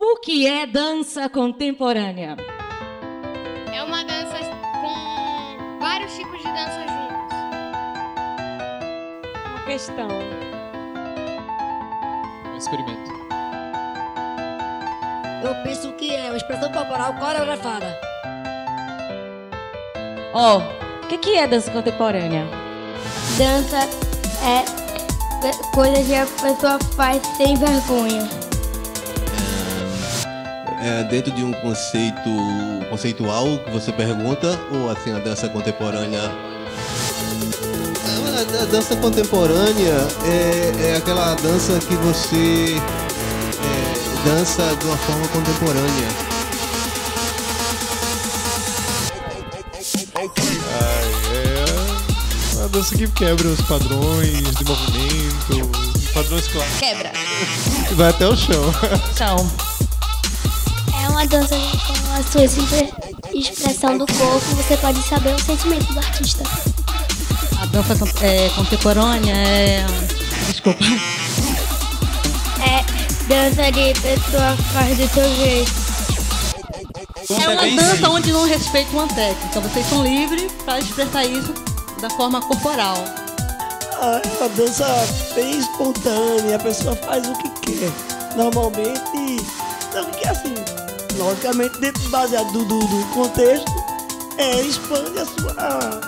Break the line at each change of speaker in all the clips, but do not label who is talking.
O que é dança contemporânea?
É uma dança com vários tipos de dança juntos.
Uma questão.
Um experimento.
Eu penso que é uma expressão corporal coreografada.
Ó, o que, que é dança contemporânea?
Dança é pe- coisa que a pessoa faz sem vergonha.
É, dentro de um conceito conceitual que você pergunta ou assim a dança contemporânea? A, a- a dança contemporânea é, é aquela dança que você é, dança de uma forma contemporânea.
Uma dança que quebra os padrões de movimento, padrões clássicos,
Quebra.
e vai até o chão.
Então,
São.
É uma dança com a sua simples expressão do corpo, você pode saber o sentimento do artista.
A dança con- é, contemporânea é. Desculpa.
É dança de pessoa faz do seu jeito.
É uma dança onde não respeita uma técnica. Vocês são livres para expressar isso da forma corporal.
Ah, é uma dança bem espontânea, a pessoa faz o que quer. Normalmente, não que assim, logicamente, dentro baseado do, do- do contexto, é, expande a sua,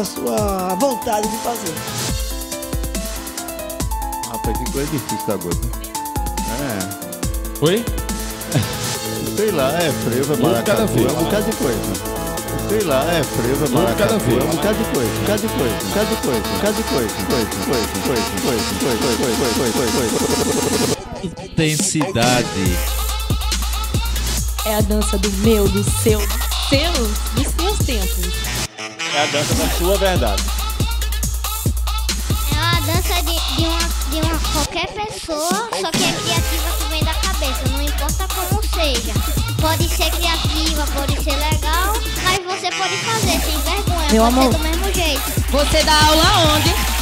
a sua vontade de fazer.
Rapaz, que coisa difícil da gota. É,
Oi?
sei lá, é frevo, é
Um cada
maracatu,
vez.
é um bocado de coisa. Sei lá, é frevo, é maracatu,
cada vez.
é um bocado de coisa, um bocado de coisa, um bocado de coisa, um bocado de coisa, coisa, coisa, coisa, coisa, coisa, coisa, coisa, coisa, coisa, coisa.
Intensidade.
É a dança do meu, do seu, dos seus, dos seus tempos.
É a dança da sua verdade.
É uma dança de, de, uma, de uma qualquer pessoa, só que é criativa que vem da cabeça, não importa como seja. Pode ser criativa, pode ser legal, mas você pode fazer sem vergonha,
Meu
pode
amor.
ser do mesmo jeito.
Você dá aula onde?